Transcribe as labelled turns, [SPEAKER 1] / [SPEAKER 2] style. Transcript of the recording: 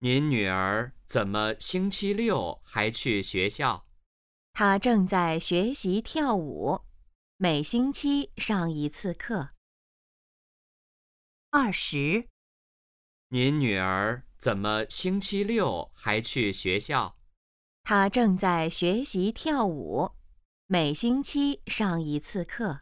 [SPEAKER 1] 您女儿怎么星期六还去学校？
[SPEAKER 2] 她正在学习跳舞，每星期上一次课。二十，
[SPEAKER 1] 您女儿怎么星期六还去学校？
[SPEAKER 2] 她正在学习跳舞，每星期上一次课。